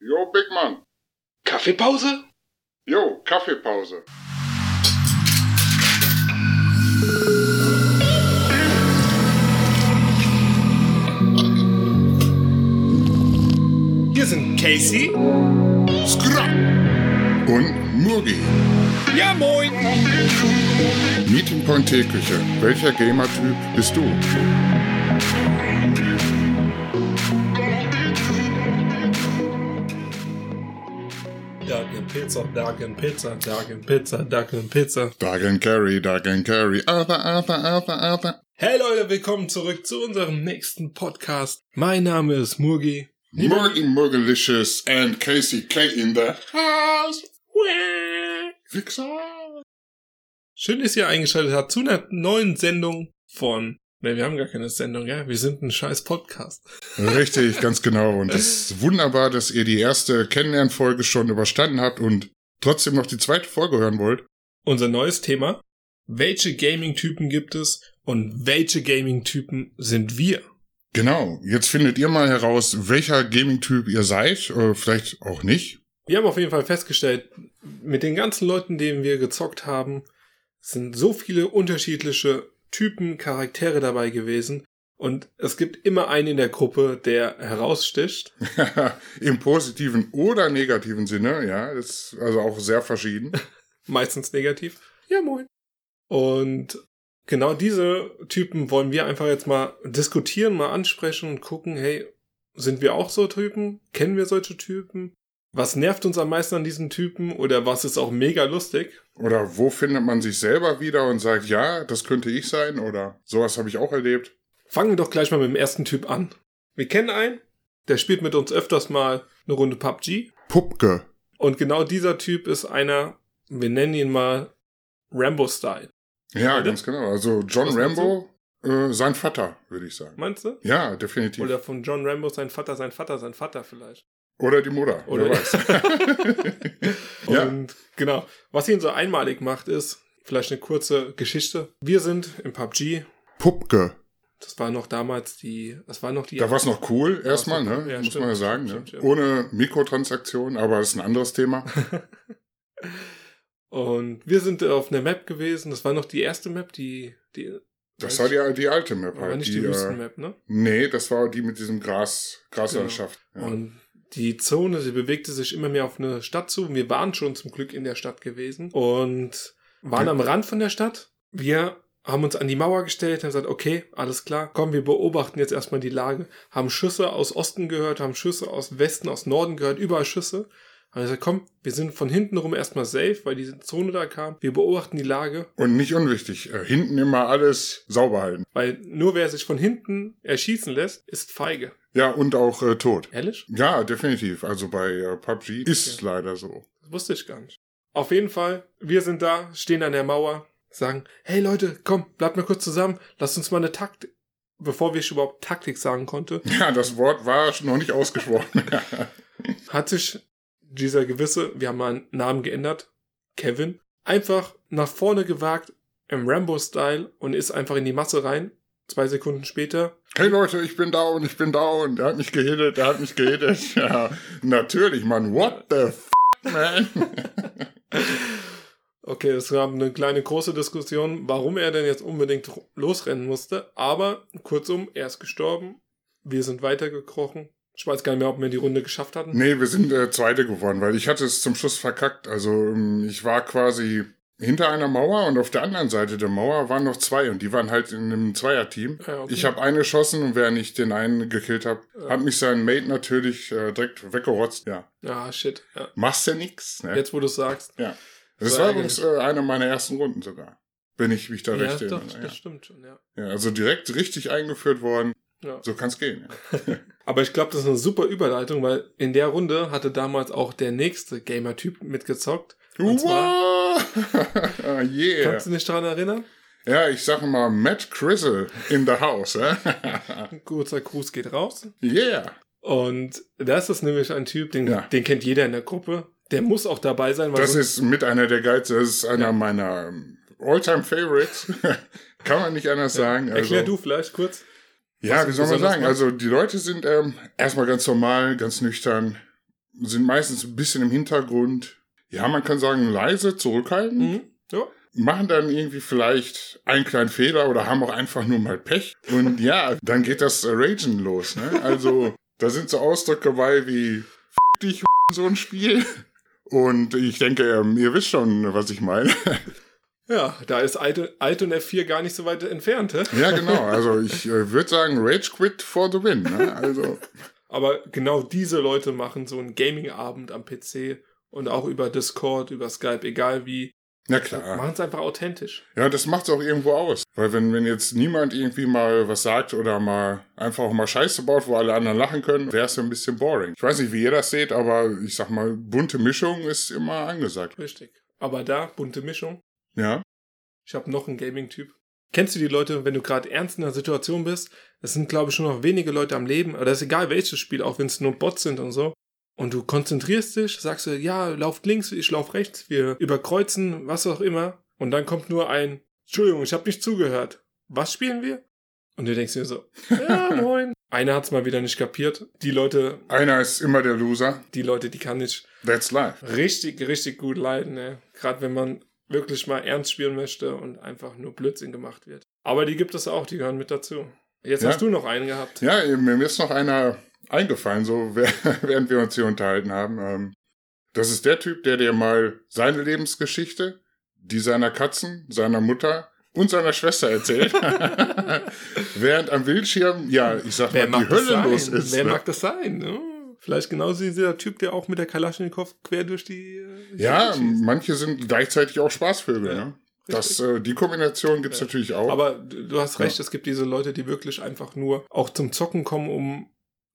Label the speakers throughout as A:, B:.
A: Jo, Big Mann.
B: Kaffeepause?
A: Jo, Kaffeepause.
B: Hier sind Casey.
A: Und Murgi.
B: Ja, moin.
A: Meeting Point Teeküche. Welcher Gamer-Typ bist du?
C: Dagen Pizza, Dagen Pizza, Dagen Pizza, Dagen Pizza.
A: Doug and Carry, Doug and Carry. Aber, aber, aber, aber.
C: Hey Leute, willkommen zurück zu unserem nächsten Podcast. Mein Name ist Murgi.
A: Murgi Murgelicious and Casey K in the house. Wichser.
C: Schön, dass ihr eingeschaltet habt zu einer neuen Sendung von... Ne, wir haben gar keine Sendung, ja? Wir sind ein scheiß Podcast.
A: Richtig, ganz genau. Und es ist wunderbar, dass ihr die erste Kennenlernfolge schon überstanden habt und trotzdem noch die zweite Folge hören wollt.
C: Unser neues Thema. Welche Gaming-Typen gibt es und welche Gaming-Typen sind wir?
A: Genau, jetzt findet ihr mal heraus, welcher Gaming-Typ ihr seid, oder vielleicht auch nicht.
C: Wir haben auf jeden Fall festgestellt, mit den ganzen Leuten, denen wir gezockt haben, sind so viele unterschiedliche Typen, Charaktere dabei gewesen. Und es gibt immer einen in der Gruppe, der heraussticht.
A: Im positiven oder negativen Sinne, ja, ist also auch sehr verschieden.
C: meistens negativ. Ja, moin. Und genau diese Typen wollen wir einfach jetzt mal diskutieren, mal ansprechen und gucken, hey, sind wir auch so Typen? Kennen wir solche Typen? Was nervt uns am meisten an diesen Typen oder was ist auch mega lustig?
A: Oder wo findet man sich selber wieder und sagt, ja, das könnte ich sein oder sowas habe ich auch erlebt.
C: Fangen wir doch gleich mal mit dem ersten Typ an. Wir kennen einen, der spielt mit uns öfters mal eine Runde PUBG
A: Pupke.
C: und genau dieser Typ ist einer, wir nennen ihn mal Rambo-Style.
A: Ja,
C: Oder?
A: ganz genau. Also John
C: Was meinst
A: Rambo, äh, sein Vater, würde ich sagen.
C: Meinst du?
A: Ja, definitiv. Oder,
C: Oder von John Rambo sein Vater, sein Vater, sein Vater vielleicht.
A: die Mutter,
C: Oder-
A: wer weiß. Ja.
C: Und genau, was ihn so einmalig macht, ist vielleicht eine kurze Geschichte. Wir sind im PUBG.
A: Pupke.
C: Das war noch damals die, das war noch die.
A: Da war es noch cool erstmal,
C: war's noch-
A: ne?
C: ja,
A: muss
C: stimmt,
A: man ja sagen.
C: stimmt,
A: ne?
C: stimmt, ja.
A: Ohne Mikrotransaktionen, aber das ist ein anderes Thema.
C: Und wir sind auf einer Map gewesen. Das war noch die erste Map, die, die
A: Das war die, die alte Map
C: war
A: halt.
C: nicht
A: die,
C: die,
A: äh,
C: Wüstenmap, ne?
A: nee, das war die mit diesem Gras, Graslandschaft. Ja.
C: Und die Zone, sie bewegte sich immer mehr auf eine Stadt zu. Wir waren schon zum Glück in der Stadt gewesen und waren
A: Ja.
C: am Rand von der Stadt. Wir haben uns an die Mauer gestellt, haben gesagt, okay, alles klar, komm, wir beobachten jetzt erstmal die Lage. Haben Schüsse aus Osten gehört, haben Schüsse aus Westen, aus Norden gehört, überall Schüsse. Haben gesagt, komm, wir sind von hinten rum erstmal safe, weil diese Zone da kam. Wir beobachten die Lage,
A: Und nicht unwichtig, äh, hinten immer alles sauber halten.
C: weil nur wer sich von hinten erschießen lässt, ist feige.
A: Ja, und auch äh, tot.
C: Ehrlich?
A: Ja, definitiv. Also bei äh, PUBG ist es leider so.
C: Das wusste ich gar nicht. Auf jeden Fall, wir sind da, stehen an der Mauer, sagen, hey Leute, komm, bleibt mal kurz zusammen, lasst uns mal eine Taktik, bevor ich überhaupt Taktik sagen konnte,
A: Ja, das Wort war schon noch nicht ausgesprochen.
C: hat sich dieser gewisse, wir haben mal einen Namen geändert, Kevin, einfach nach vorne gewagt im Rambo-Style und ist einfach in die Masse rein. Zwei Sekunden später,
A: hey Leute, ich bin down, ich bin down. Der hat mich gehittet, der hat mich gehittet. ja, natürlich, Mann. What the f***, man?
C: okay, es gab eine kleine große Diskussion, warum er denn jetzt unbedingt ro- losrennen musste, aber kurzum, er ist gestorben, wir sind weitergekrochen. Ich weiß gar nicht mehr, ob wir die Runde geschafft hatten.
A: Nee, wir sind äh, Zweite geworden, weil ich hatte es zum Schluss verkackt. Also ähm, ich war quasi hinter einer Mauer und auf der anderen Seite der Mauer waren noch zwei und die waren halt in einem Zweierteam.
C: Ja, okay.
A: Ich habe einen geschossen und während ich den einen gekillt habe, hat mich sein Mate natürlich äh, direkt weggerotzt. Ja,
C: Ah, shit. Ja.
A: machst ja nix. Ne?
C: Jetzt, wo du es sagst.
A: ja. Das
C: so
A: war
C: ärgerlich.
A: übrigens äh, eine meiner ersten Runden sogar. Bin ich mich da
C: Ja,
A: recht
C: doch,
A: erinnere,
C: das stimmt schon, ja.
A: ja. ja, Also direkt richtig eingeführt worden.
C: ja.
A: So kann's gehen. Ja.
C: Aber ich glaube, das ist eine super Überleitung, weil in der Runde hatte damals auch der nächste Gamer-Typ mitgezockt. Und zwar,
A: Wow! yeah.
C: kannst du dich daran erinnern?
A: Ja, ich sage mal Matt Crizzle in the house. Eh?
C: Ein kurzer Gruß geht raus.
A: yeah.
C: Und das ist nämlich ein Typ, den,
A: Ja.
C: den kennt jeder in der Gruppe. Der muss auch dabei sein, weil
A: Das
C: sonst-
A: ist mit einer der geilsten, das ist einer
C: Ja.
A: meiner ähm, All-Time Favorites. Kann man nicht anders sagen. Also,
C: erklär du vielleicht kurz.
A: Ja,
C: was
A: wie soll man
C: besonders
A: sagen?
C: macht.
A: Also die Leute sind ähm, erstmal ganz normal, ganz nüchtern, sind meistens ein bisschen im Hintergrund. Ja, man kann sagen, leise, zurückhaltend.
C: Mhm. Ja.
A: Machen dann irgendwie vielleicht einen kleinen Fehler oder haben auch einfach nur mal Pech. Und ja, dann geht das äh, Ragen los. Ne? Also, da sind so Ausdrücke bei wie F dich, so ein Spiel. Und ich denke, ähm, ihr wisst schon, was ich meine.
C: ja, da ist Alt und, Alt und F4 gar nicht so weit entfernt. hä?
A: Ja, genau. Also ich äh, würde sagen, Rage Quit for the win. Ne? Also
C: Aber genau diese Leute machen so einen Gaming-Abend am PC und auch über Discord, über Skype, egal wie.
A: na klar.
C: Machen es einfach authentisch.
A: Ja, das macht's auch irgendwo aus, weil wenn wenn jetzt niemand irgendwie mal was sagt oder mal einfach auch mal Scheiße baut, wo alle anderen lachen können, wäre es ein bisschen boring. Ich weiß nicht, wie ihr das seht, aber ich sag mal, bunte Mischung ist immer angesagt.
C: Richtig. Aber da, bunte Mischung.
A: Ja,
C: Ich habe noch einen Gaming-Typ. Kennst du die Leute, wenn du gerade ernst in einer Situation bist? Es sind, glaube ich, nur noch wenige Leute am Leben. Oder ist egal welches Spiel, auch wenn es nur Bots sind und so. Und du konzentrierst dich, sagst du, ja, lauft links, ich lauf rechts, wir überkreuzen, was auch immer. Und dann kommt nur ein, Entschuldigung, ich habe nicht zugehört. Was spielen wir? Und du denkst dir so, ja, moin. Einer hat's mal wieder nicht kapiert. Die Leute,
A: einer ist immer der Loser.
C: die Leute, die kann ich
A: That's life.
C: richtig, richtig gut leiden, ne? Gerade wenn man wirklich mal ernst spielen möchte und einfach nur Blödsinn gemacht wird. Aber die gibt es auch, die gehören mit dazu. Jetzt
A: Ja.
C: hast du noch einen gehabt.
A: Ja, mir ist noch einer eingefallen, so wäh- während wir uns hier unterhalten haben. Ähm, Das ist der Typ, der dir mal seine Lebensgeschichte, die seiner Katzen, seiner Mutter und seiner Schwester erzählt. während am Bildschirm, ja, ich sag mal, die Hölle los ist.
C: Wer
A: ne?
C: mag das sein? ne? Vielleicht genauso dieser Typ, der auch mit der Kalaschnikow quer durch die. äh,
A: ja,
C: Gegend schießt.
A: manche sind gleichzeitig auch Spaßvögel.
C: Ja,
A: ne? das, äh, die Kombination gibt's
C: Ja.
A: natürlich auch.
C: Aber du du hast recht, es gibt diese Leute, die wirklich einfach nur auch zum Zocken kommen, um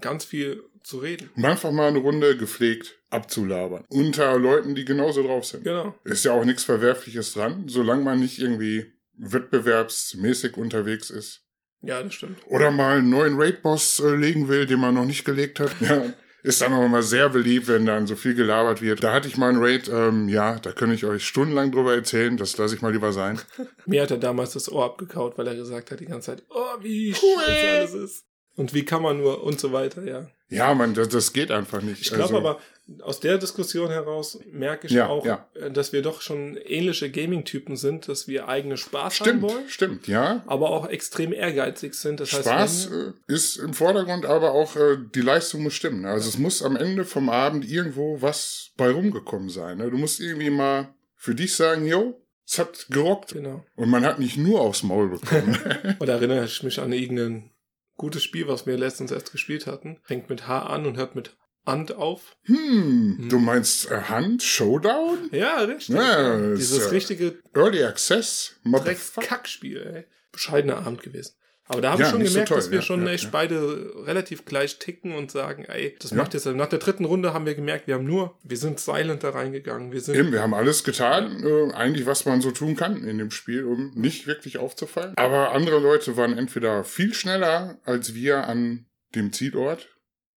C: ganz viel zu reden.
A: um einfach mal eine Runde gepflegt abzulabern. Unter Leuten, die genauso drauf sind.
C: Genau.
A: Ist ja auch nichts Verwerfliches dran, solange man nicht irgendwie wettbewerbsmäßig unterwegs ist.
C: Ja, das stimmt.
A: Oder mal einen neuen Raid-Boss äh, legen will, den man noch nicht gelegt hat. Ja. Ist dann auch immer sehr beliebt, wenn dann so viel gelabert wird. Da hatte ich mal einen Raid, ähm, ja, da könnte ich euch stundenlang drüber erzählen, das lasse ich mal lieber sein.
C: Mir hat er damals das Ohr abgekaut, weil er gesagt hat die ganze Zeit, oh, wie
A: Cool.
C: scheiße alles ist. Und wie kann man nur und so weiter, ja.
A: Ja, man, das, das geht einfach nicht.
C: Ich
A: Also,
C: glaube aber, aus der Diskussion heraus merke ich
A: Ja,
C: auch,
A: ja.
C: äh, dass wir doch schon ähnliche Gaming-Typen sind, dass wir eigene Spaß haben
A: Stimmt,
C: wollen,
A: stimmt, ja.
C: aber auch extrem ehrgeizig sind. Das heißt,
A: Spaß
C: wenn-
A: äh, ist im Vordergrund, aber auch äh, die Leistung muss stimmen. Also es muss am Ende vom Abend irgendwo was bei rumgekommen sein. Ne? Du musst irgendwie mal für dich sagen, yo, es hat gerockt.
C: genau.
A: Und man hat nicht nur aufs Maul bekommen.
C: Und da erinnere ich mich an irgendein gutes Spiel, was wir letztens erst gespielt hatten. Fängt mit H an und hört mit Hand auf.
A: hm, du meinst äh, Hand, Showdown?
C: Ja, richtig.
A: Ja, ist,
C: Dieses
A: äh,
C: richtige
A: Early Access? Motherfucker.
C: Dreckskackspiel, ey. Bescheidener Abend gewesen. Aber da habe
A: Ja,
C: ich schon
A: nicht so
C: gemerkt,
A: toll,
C: dass wir
A: ja,
C: schon
A: ja,
C: echt
A: ja.
C: beide relativ gleich ticken und sagen, ey, das
A: Ja.
C: macht jetzt, nach der dritten Runde haben wir gemerkt, wir haben nur, wir sind silent da reingegangen, wir sind,
A: Eben, wir haben alles getan, äh, eigentlich was man so tun kann in dem Spiel, um nicht wirklich aufzufallen. Aber andere Leute waren entweder viel schneller als wir an dem Zielort,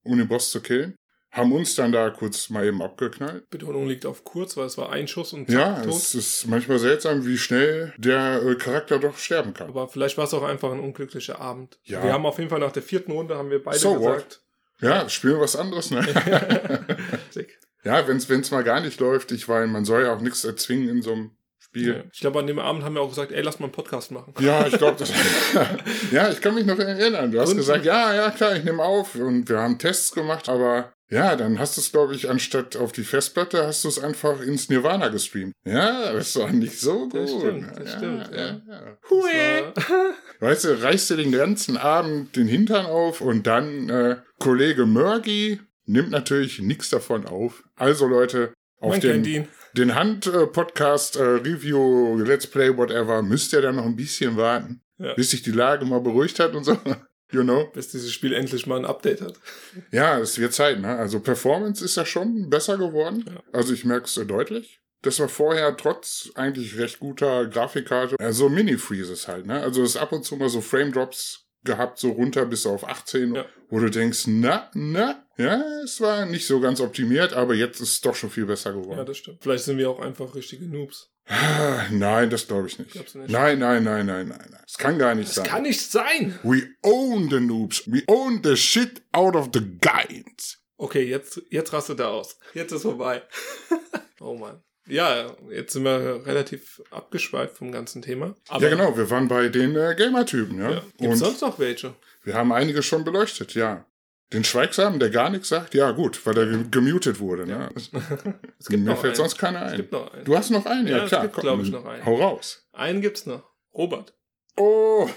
A: um den Boss zu killen, haben uns dann da kurz mal eben abgeknallt.
C: Betonung liegt auf kurz, weil es war ein Schuss und
A: Ja,
C: zack,
A: es ist manchmal seltsam, wie schnell der äh, Charakter doch sterben kann.
C: Aber vielleicht war es auch einfach ein unglücklicher Abend.
A: Ja.
C: Wir haben auf jeden Fall nach der vierten Runde, haben wir beide
A: So what?
C: gesagt,
A: Ja, spielen wir was anderes, ne?
C: sick.
A: ja, wenn's wenn's mal gar nicht läuft, ich meine, man soll ja auch nichts erzwingen in so einem Spiel.
C: Ja. Ich glaube, an dem Abend haben wir auch gesagt, ey, lass mal einen Podcast machen.
A: Ja, ich glaube, das. ja, ich kann mich noch erinnern. Du hast
C: Und-
A: gesagt, ja, ja, klar, ich nehme auf. Und wir haben Tests gemacht, aber ja, dann hast du es, glaube ich, anstatt auf die Festplatte, hast du es einfach ins Nirvana gestreamt. Ja, das war nicht so gut.
C: Das stimmt, das
A: ja,
C: stimmt, ja.
A: ja.
C: Das war-
A: Weißt du, reißt dir den ganzen Abend den Hintern auf und dann äh, Kollege Murgi nimmt natürlich nichts davon auf. Also Leute, auf
C: Man
A: den
C: kennt ihn.
A: den Hand-Podcast, äh, Review, Let's Play, whatever, müsst ihr dann noch ein bisschen warten,
C: Ja.
A: bis sich die Lage mal beruhigt hat und so. You know?
C: Bis dieses Spiel endlich mal ein Update hat.
A: Ja, es wird Zeit, ne? Also Performance ist ja schon besser geworden.
C: Ja.
A: Also ich merke es äh, deutlich. Das war vorher trotz eigentlich recht guter Grafikkarte, äh, so Mini-Freezes halt, ne? Also es ist ab und zu mal so Frame-Drops gehabt, so runter bis auf 18,
C: Ja.
A: wo du denkst, na, na, ja, es war nicht so ganz optimiert, aber jetzt ist es doch schon viel besser geworden.
C: Ja, das stimmt. Vielleicht sind wir auch einfach richtige Noobs.
A: Ah, Nein, das glaube ich nicht.
C: Glaubst du nicht?
A: Nein, nein, nein, nein, nein, nein. Das kann gar nicht sein.
C: nicht sein!
A: We own the noobs. We own the shit out of the guys.
C: Okay, jetzt, jetzt rastet er aus. Jetzt ist vorbei. oh Mann. Ja, jetzt sind wir relativ abgeschweift vom ganzen Thema. Aber
A: ja, genau, wir waren bei den äh, Gamer-Typen, ja.
C: Ja. Gibt
A: Und
C: sonst noch welche?
A: wir haben einige schon beleuchtet, ja. Den Schweigsamen, der gar nichts sagt, ja gut, weil er ge- gemutet wurde. Ne?
C: Es gibt
A: Mir
C: noch
A: fällt
C: einen.
A: sonst keiner
C: Es
A: ein.
C: gibt noch einen.
A: Du hast noch einen? Ja,
C: Ja, es
A: klar.
C: gibt,
A: komm,
C: glaub ich, noch einen.
A: Hau raus.
C: einen gibt's noch. Robert.
A: Oh,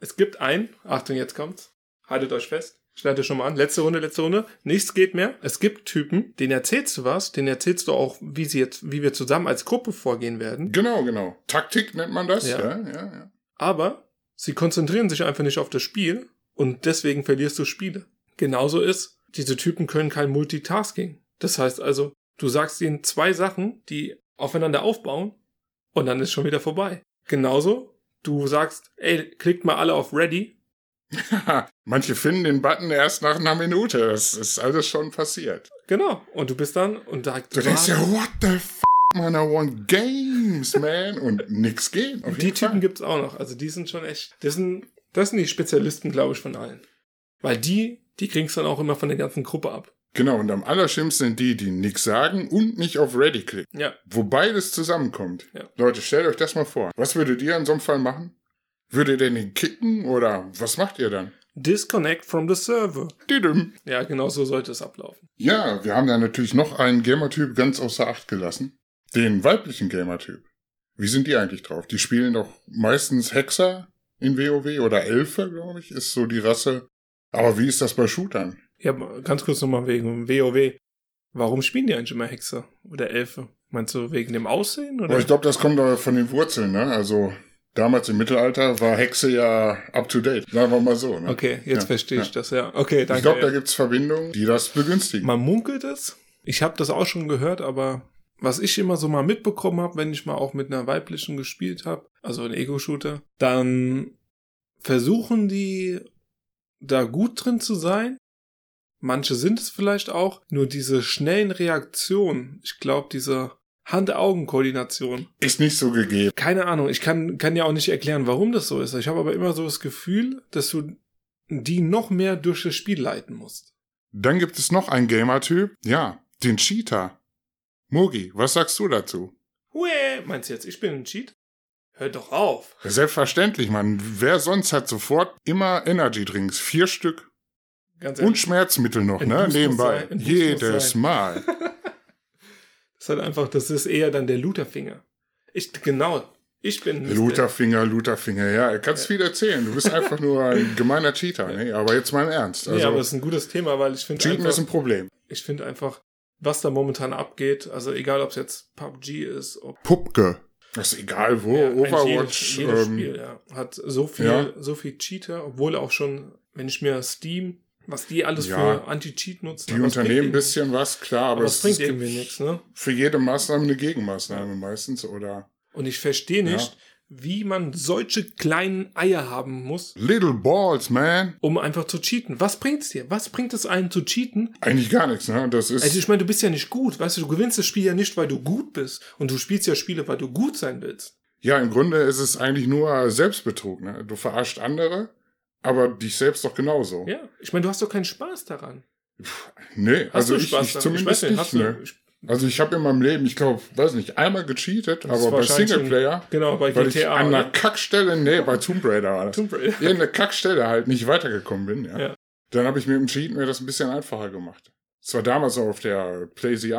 C: Es gibt einen. Achtung, jetzt kommt's. Haltet euch fest. Schneidet euch schon mal an. Letzte Runde, letzte Runde. Nichts geht mehr. Es gibt Typen, denen erzählst du was, denen erzählst du auch, wie sie jetzt, wie wir zusammen als Gruppe vorgehen werden.
A: genau, genau. Taktik nennt man das,
C: Ja.
A: ja, ja, ja.
C: Aber sie konzentrieren sich einfach nicht auf das Spiel und deswegen verlierst du Spiele. Genauso ist, diese Typen können kein Multitasking. Das heißt also, du sagst ihnen zwei Sachen, die aufeinander aufbauen und dann ist schon wieder vorbei. Genauso, du sagst, ey, klickt mal alle auf Ready.
A: Haha, Manche finden den Button erst nach einer Minute. Das ist alles schon passiert.
C: Genau. Und du bist dann und sagst,
A: Du denkst ja,
C: "Warte."
A: what the f***, man, I want games, man. Und nix geht. Auf
C: Ah, die
A: jeden
C: Typen
A: Fall.
C: gibt's auch noch. Also die sind schon echt, das sind, das sind die Spezialisten, glaube ich, von allen. Weil die, die kriegst dann auch immer von der ganzen Gruppe ab.
A: Genau, und am allerschlimmsten sind die, die nix sagen und nicht auf Ready klicken.
C: Ja,
A: Wo beides zusammenkommt.
C: Ja.
A: Leute, stellt euch das mal vor. Was würdet ihr in so einem Fall machen? Würdet ihr den kicken oder was macht ihr dann?
C: Disconnect from the server.
A: Didüm.
C: Ja, genau so sollte es ablaufen.
A: Ja, wir haben da natürlich noch einen Gamertyp ganz außer Acht gelassen. Den weiblichen Gamertyp. Wie sind die eigentlich drauf? Die spielen doch meistens Hexer in WoW oder Elfe, glaube ich, ist so die Rasse. Aber wie ist das bei Shootern?
C: Ja, aber ganz kurz nochmal wegen WoW. Warum spielen die eigentlich immer Hexe oder Elfe? Meinst du wegen dem Aussehen? Oder?
A: Aber Oh, ich glaube, das kommt aber von den Wurzeln, ne? Also damals im Mittelalter war Hexe ja up to date, sagen wir mal so. Ne?
C: okay, jetzt
A: Ja,
C: verstehe ich
A: ja.
C: das, ja. Okay, danke.
A: ich glaube, da
C: ja.
A: gibt's Verbindungen, die das begünstigen.
C: Man munkelt es. Ich habe das auch schon gehört, aber was ich immer so mal mitbekommen habe, wenn ich mal auch mit einer weiblichen gespielt habe, also ein Ego-Shooter, dann versuchen die da gut drin zu sein. Manche sind es vielleicht auch, nur diese schnellen Reaktionen, ich glaube, diese Hand-Augen-Koordination.
A: Ist nicht so gegeben.
C: Keine Ahnung, ich kann, kann ja auch nicht erklären, warum das so ist. Ich habe aber immer so das Gefühl, dass du die noch mehr durch das Spiel leiten musst.
A: Dann gibt es noch einen Gamertyp, ja, den Cheater. Mogi, was sagst du dazu?
C: Hue, meinst du jetzt, ich bin ein Cheat? Hör doch auf.
A: Selbstverständlich, Mann. Wer sonst hat sofort immer Energy Drinks? Vier Stück.
C: Ganz
A: Und
C: ehrlich,
A: Schmerzmittel noch,
C: Ein
A: ne?
C: Boost muss
A: Nebenbei.
C: sein, ein Boost muss
A: Jedes
C: sein.
A: Mal.
C: das ist halt einfach, das ist eher dann der Lutherfinger. Ich, genau, ich bin Mr.
A: Lutherfinger, Lutherfinger. Ja, er kann's viel erzählen. Du bist einfach nur ein gemeiner Cheater, ne? Aber jetzt mal im Ernst.
C: nee,
A: Also,
C: aber das ist ein gutes Thema, weil ich finde
A: Cheaten ist ein
C: einfach,
A: Problem.
C: ich finde einfach, was da momentan abgeht, also egal, ob es jetzt PUBG ist, ob
A: Pupke. Das ist egal wo.
C: ja, eigentlich
A: Oh, Overwatch.
C: jedes, jedes
A: ähm,
C: Spiel, ja, hat so viel,
A: ja.
C: so viel Cheater, obwohl auch schon, wenn ich mir Steam, was die alles
A: Ja.
C: für Anti-Cheat nutzen,
A: Die
C: aber es bringt
A: unternehmen ein
C: ihnen-
A: bisschen was, klar, aber,
C: aber es
A: es
C: bringt
A: es gibt
C: irgendwie nichts, ne?
A: für jede Maßnahme eine Gegenmaßnahme meistens. Oder
C: Und ich verstehe
A: Ja.
C: nicht, wie man solche kleinen Eier haben muss,
A: Little Balls, man.
C: um einfach zu cheaten. Was bringt's dir? Was bringt es einem zu cheaten?
A: Eigentlich gar nichts, ne? Das ist.
C: Also ich meine, du bist ja nicht gut, weißt du, du gewinnst das Spiel ja nicht, weil du gut bist. Und du spielst ja Spiele, weil du gut sein willst.
A: Ja, im Grunde ist es eigentlich nur Selbstbetrug. Ne? Du verarscht andere, aber dich selbst doch genauso.
C: Ja. Ich meine, du hast doch keinen Spaß daran.
A: Nee,
C: Hast
A: also
C: du
A: ich,
C: Spaß
A: ich
C: daran?
A: zumindest
C: ich
A: nicht.
C: hast
A: ne?
C: du. Ich-
A: Also ich habe in meinem Leben, ich glaube, weiß nicht, einmal gecheatet,
C: das
A: aber bei
C: wahrscheinlich
A: Singleplayer,
C: schon- Genau, bei
A: weil ich
C: GTA.
A: an einer
C: oder?
A: Kackstelle, nee, bei Tomb Raider war das.
C: Tomb Raider.
A: Irgendeine Kackstelle halt nicht weitergekommen bin. Ja.
C: Ja.
A: Dann habe ich mit dem Cheaten mir das ein bisschen einfacher gemacht. Das war damals auch auf der PlayZ 1.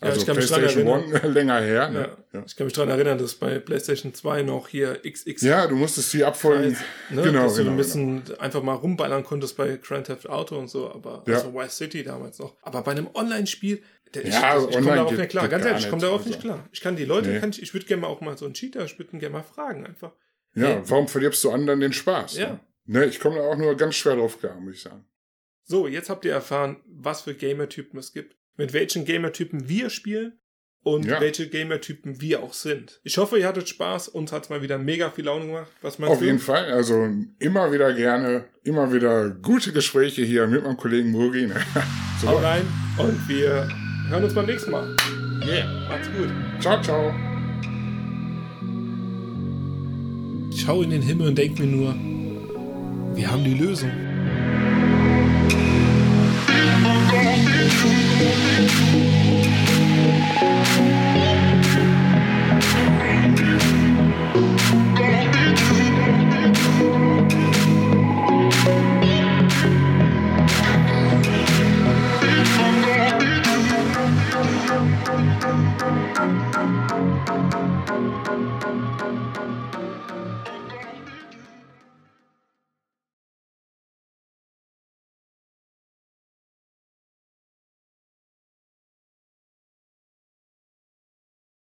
C: Ja,
A: Also
C: ich kann mich dran
A: PlayStation
C: erinnern.
A: 1 länger her. Ne? Ja.
C: Ja. Ich kann mich daran erinnern, dass bei PlayStation 2 noch hier XX
A: ja, du musstest die abfolgen.
C: Kreis, ne?
A: Genau,
C: dass du
A: genau,
C: ein bisschen einfach mal rumballern konntest bei Grand Theft Auto und so, aber
A: Ja.
C: also Vice City damals noch. Aber bei einem Online-Spiel, der- ich,
A: Ja,
C: ich, ich komme
A: online
C: darauf
A: geht-
C: nicht klar.
A: geht
C: Ganz
A: gar
C: ehrlich, ich komme
A: nicht,
C: darauf
A: also.
C: nicht klar. Ich kann die Leute,
A: Nee.
C: kann ich, ich würde gerne mal auch mal so einen Cheater, ich würde ihn gerne mal fragen einfach.
A: Ja,
C: Hey.
A: warum verlierst du anderen den Spaß?
C: Ja.
A: Ne, ich komme da auch nur ganz schwer drauf klar, muss ich sagen.
C: So, jetzt habt ihr erfahren, was für Gamertypen es gibt, mit welchen Gamertypen wir spielen und
A: Ja.
C: welche Gamertypen wir auch sind. Ich hoffe, ihr hattet Spaß. Uns hat's mal wieder mega viel Laune gemacht. Was meinst
A: Auf
C: du?
A: jeden Fall, also immer wieder gerne, immer wieder gute Gespräche hier mit meinem Kollegen Murgi. ne? so,
C: Hau rein und wir hören uns beim nächsten Mal.
A: yeah.
C: Macht's gut.
A: Ciao, ciao.
C: Ich schaue in den Himmel und denke mir nur, wir haben die Lösung.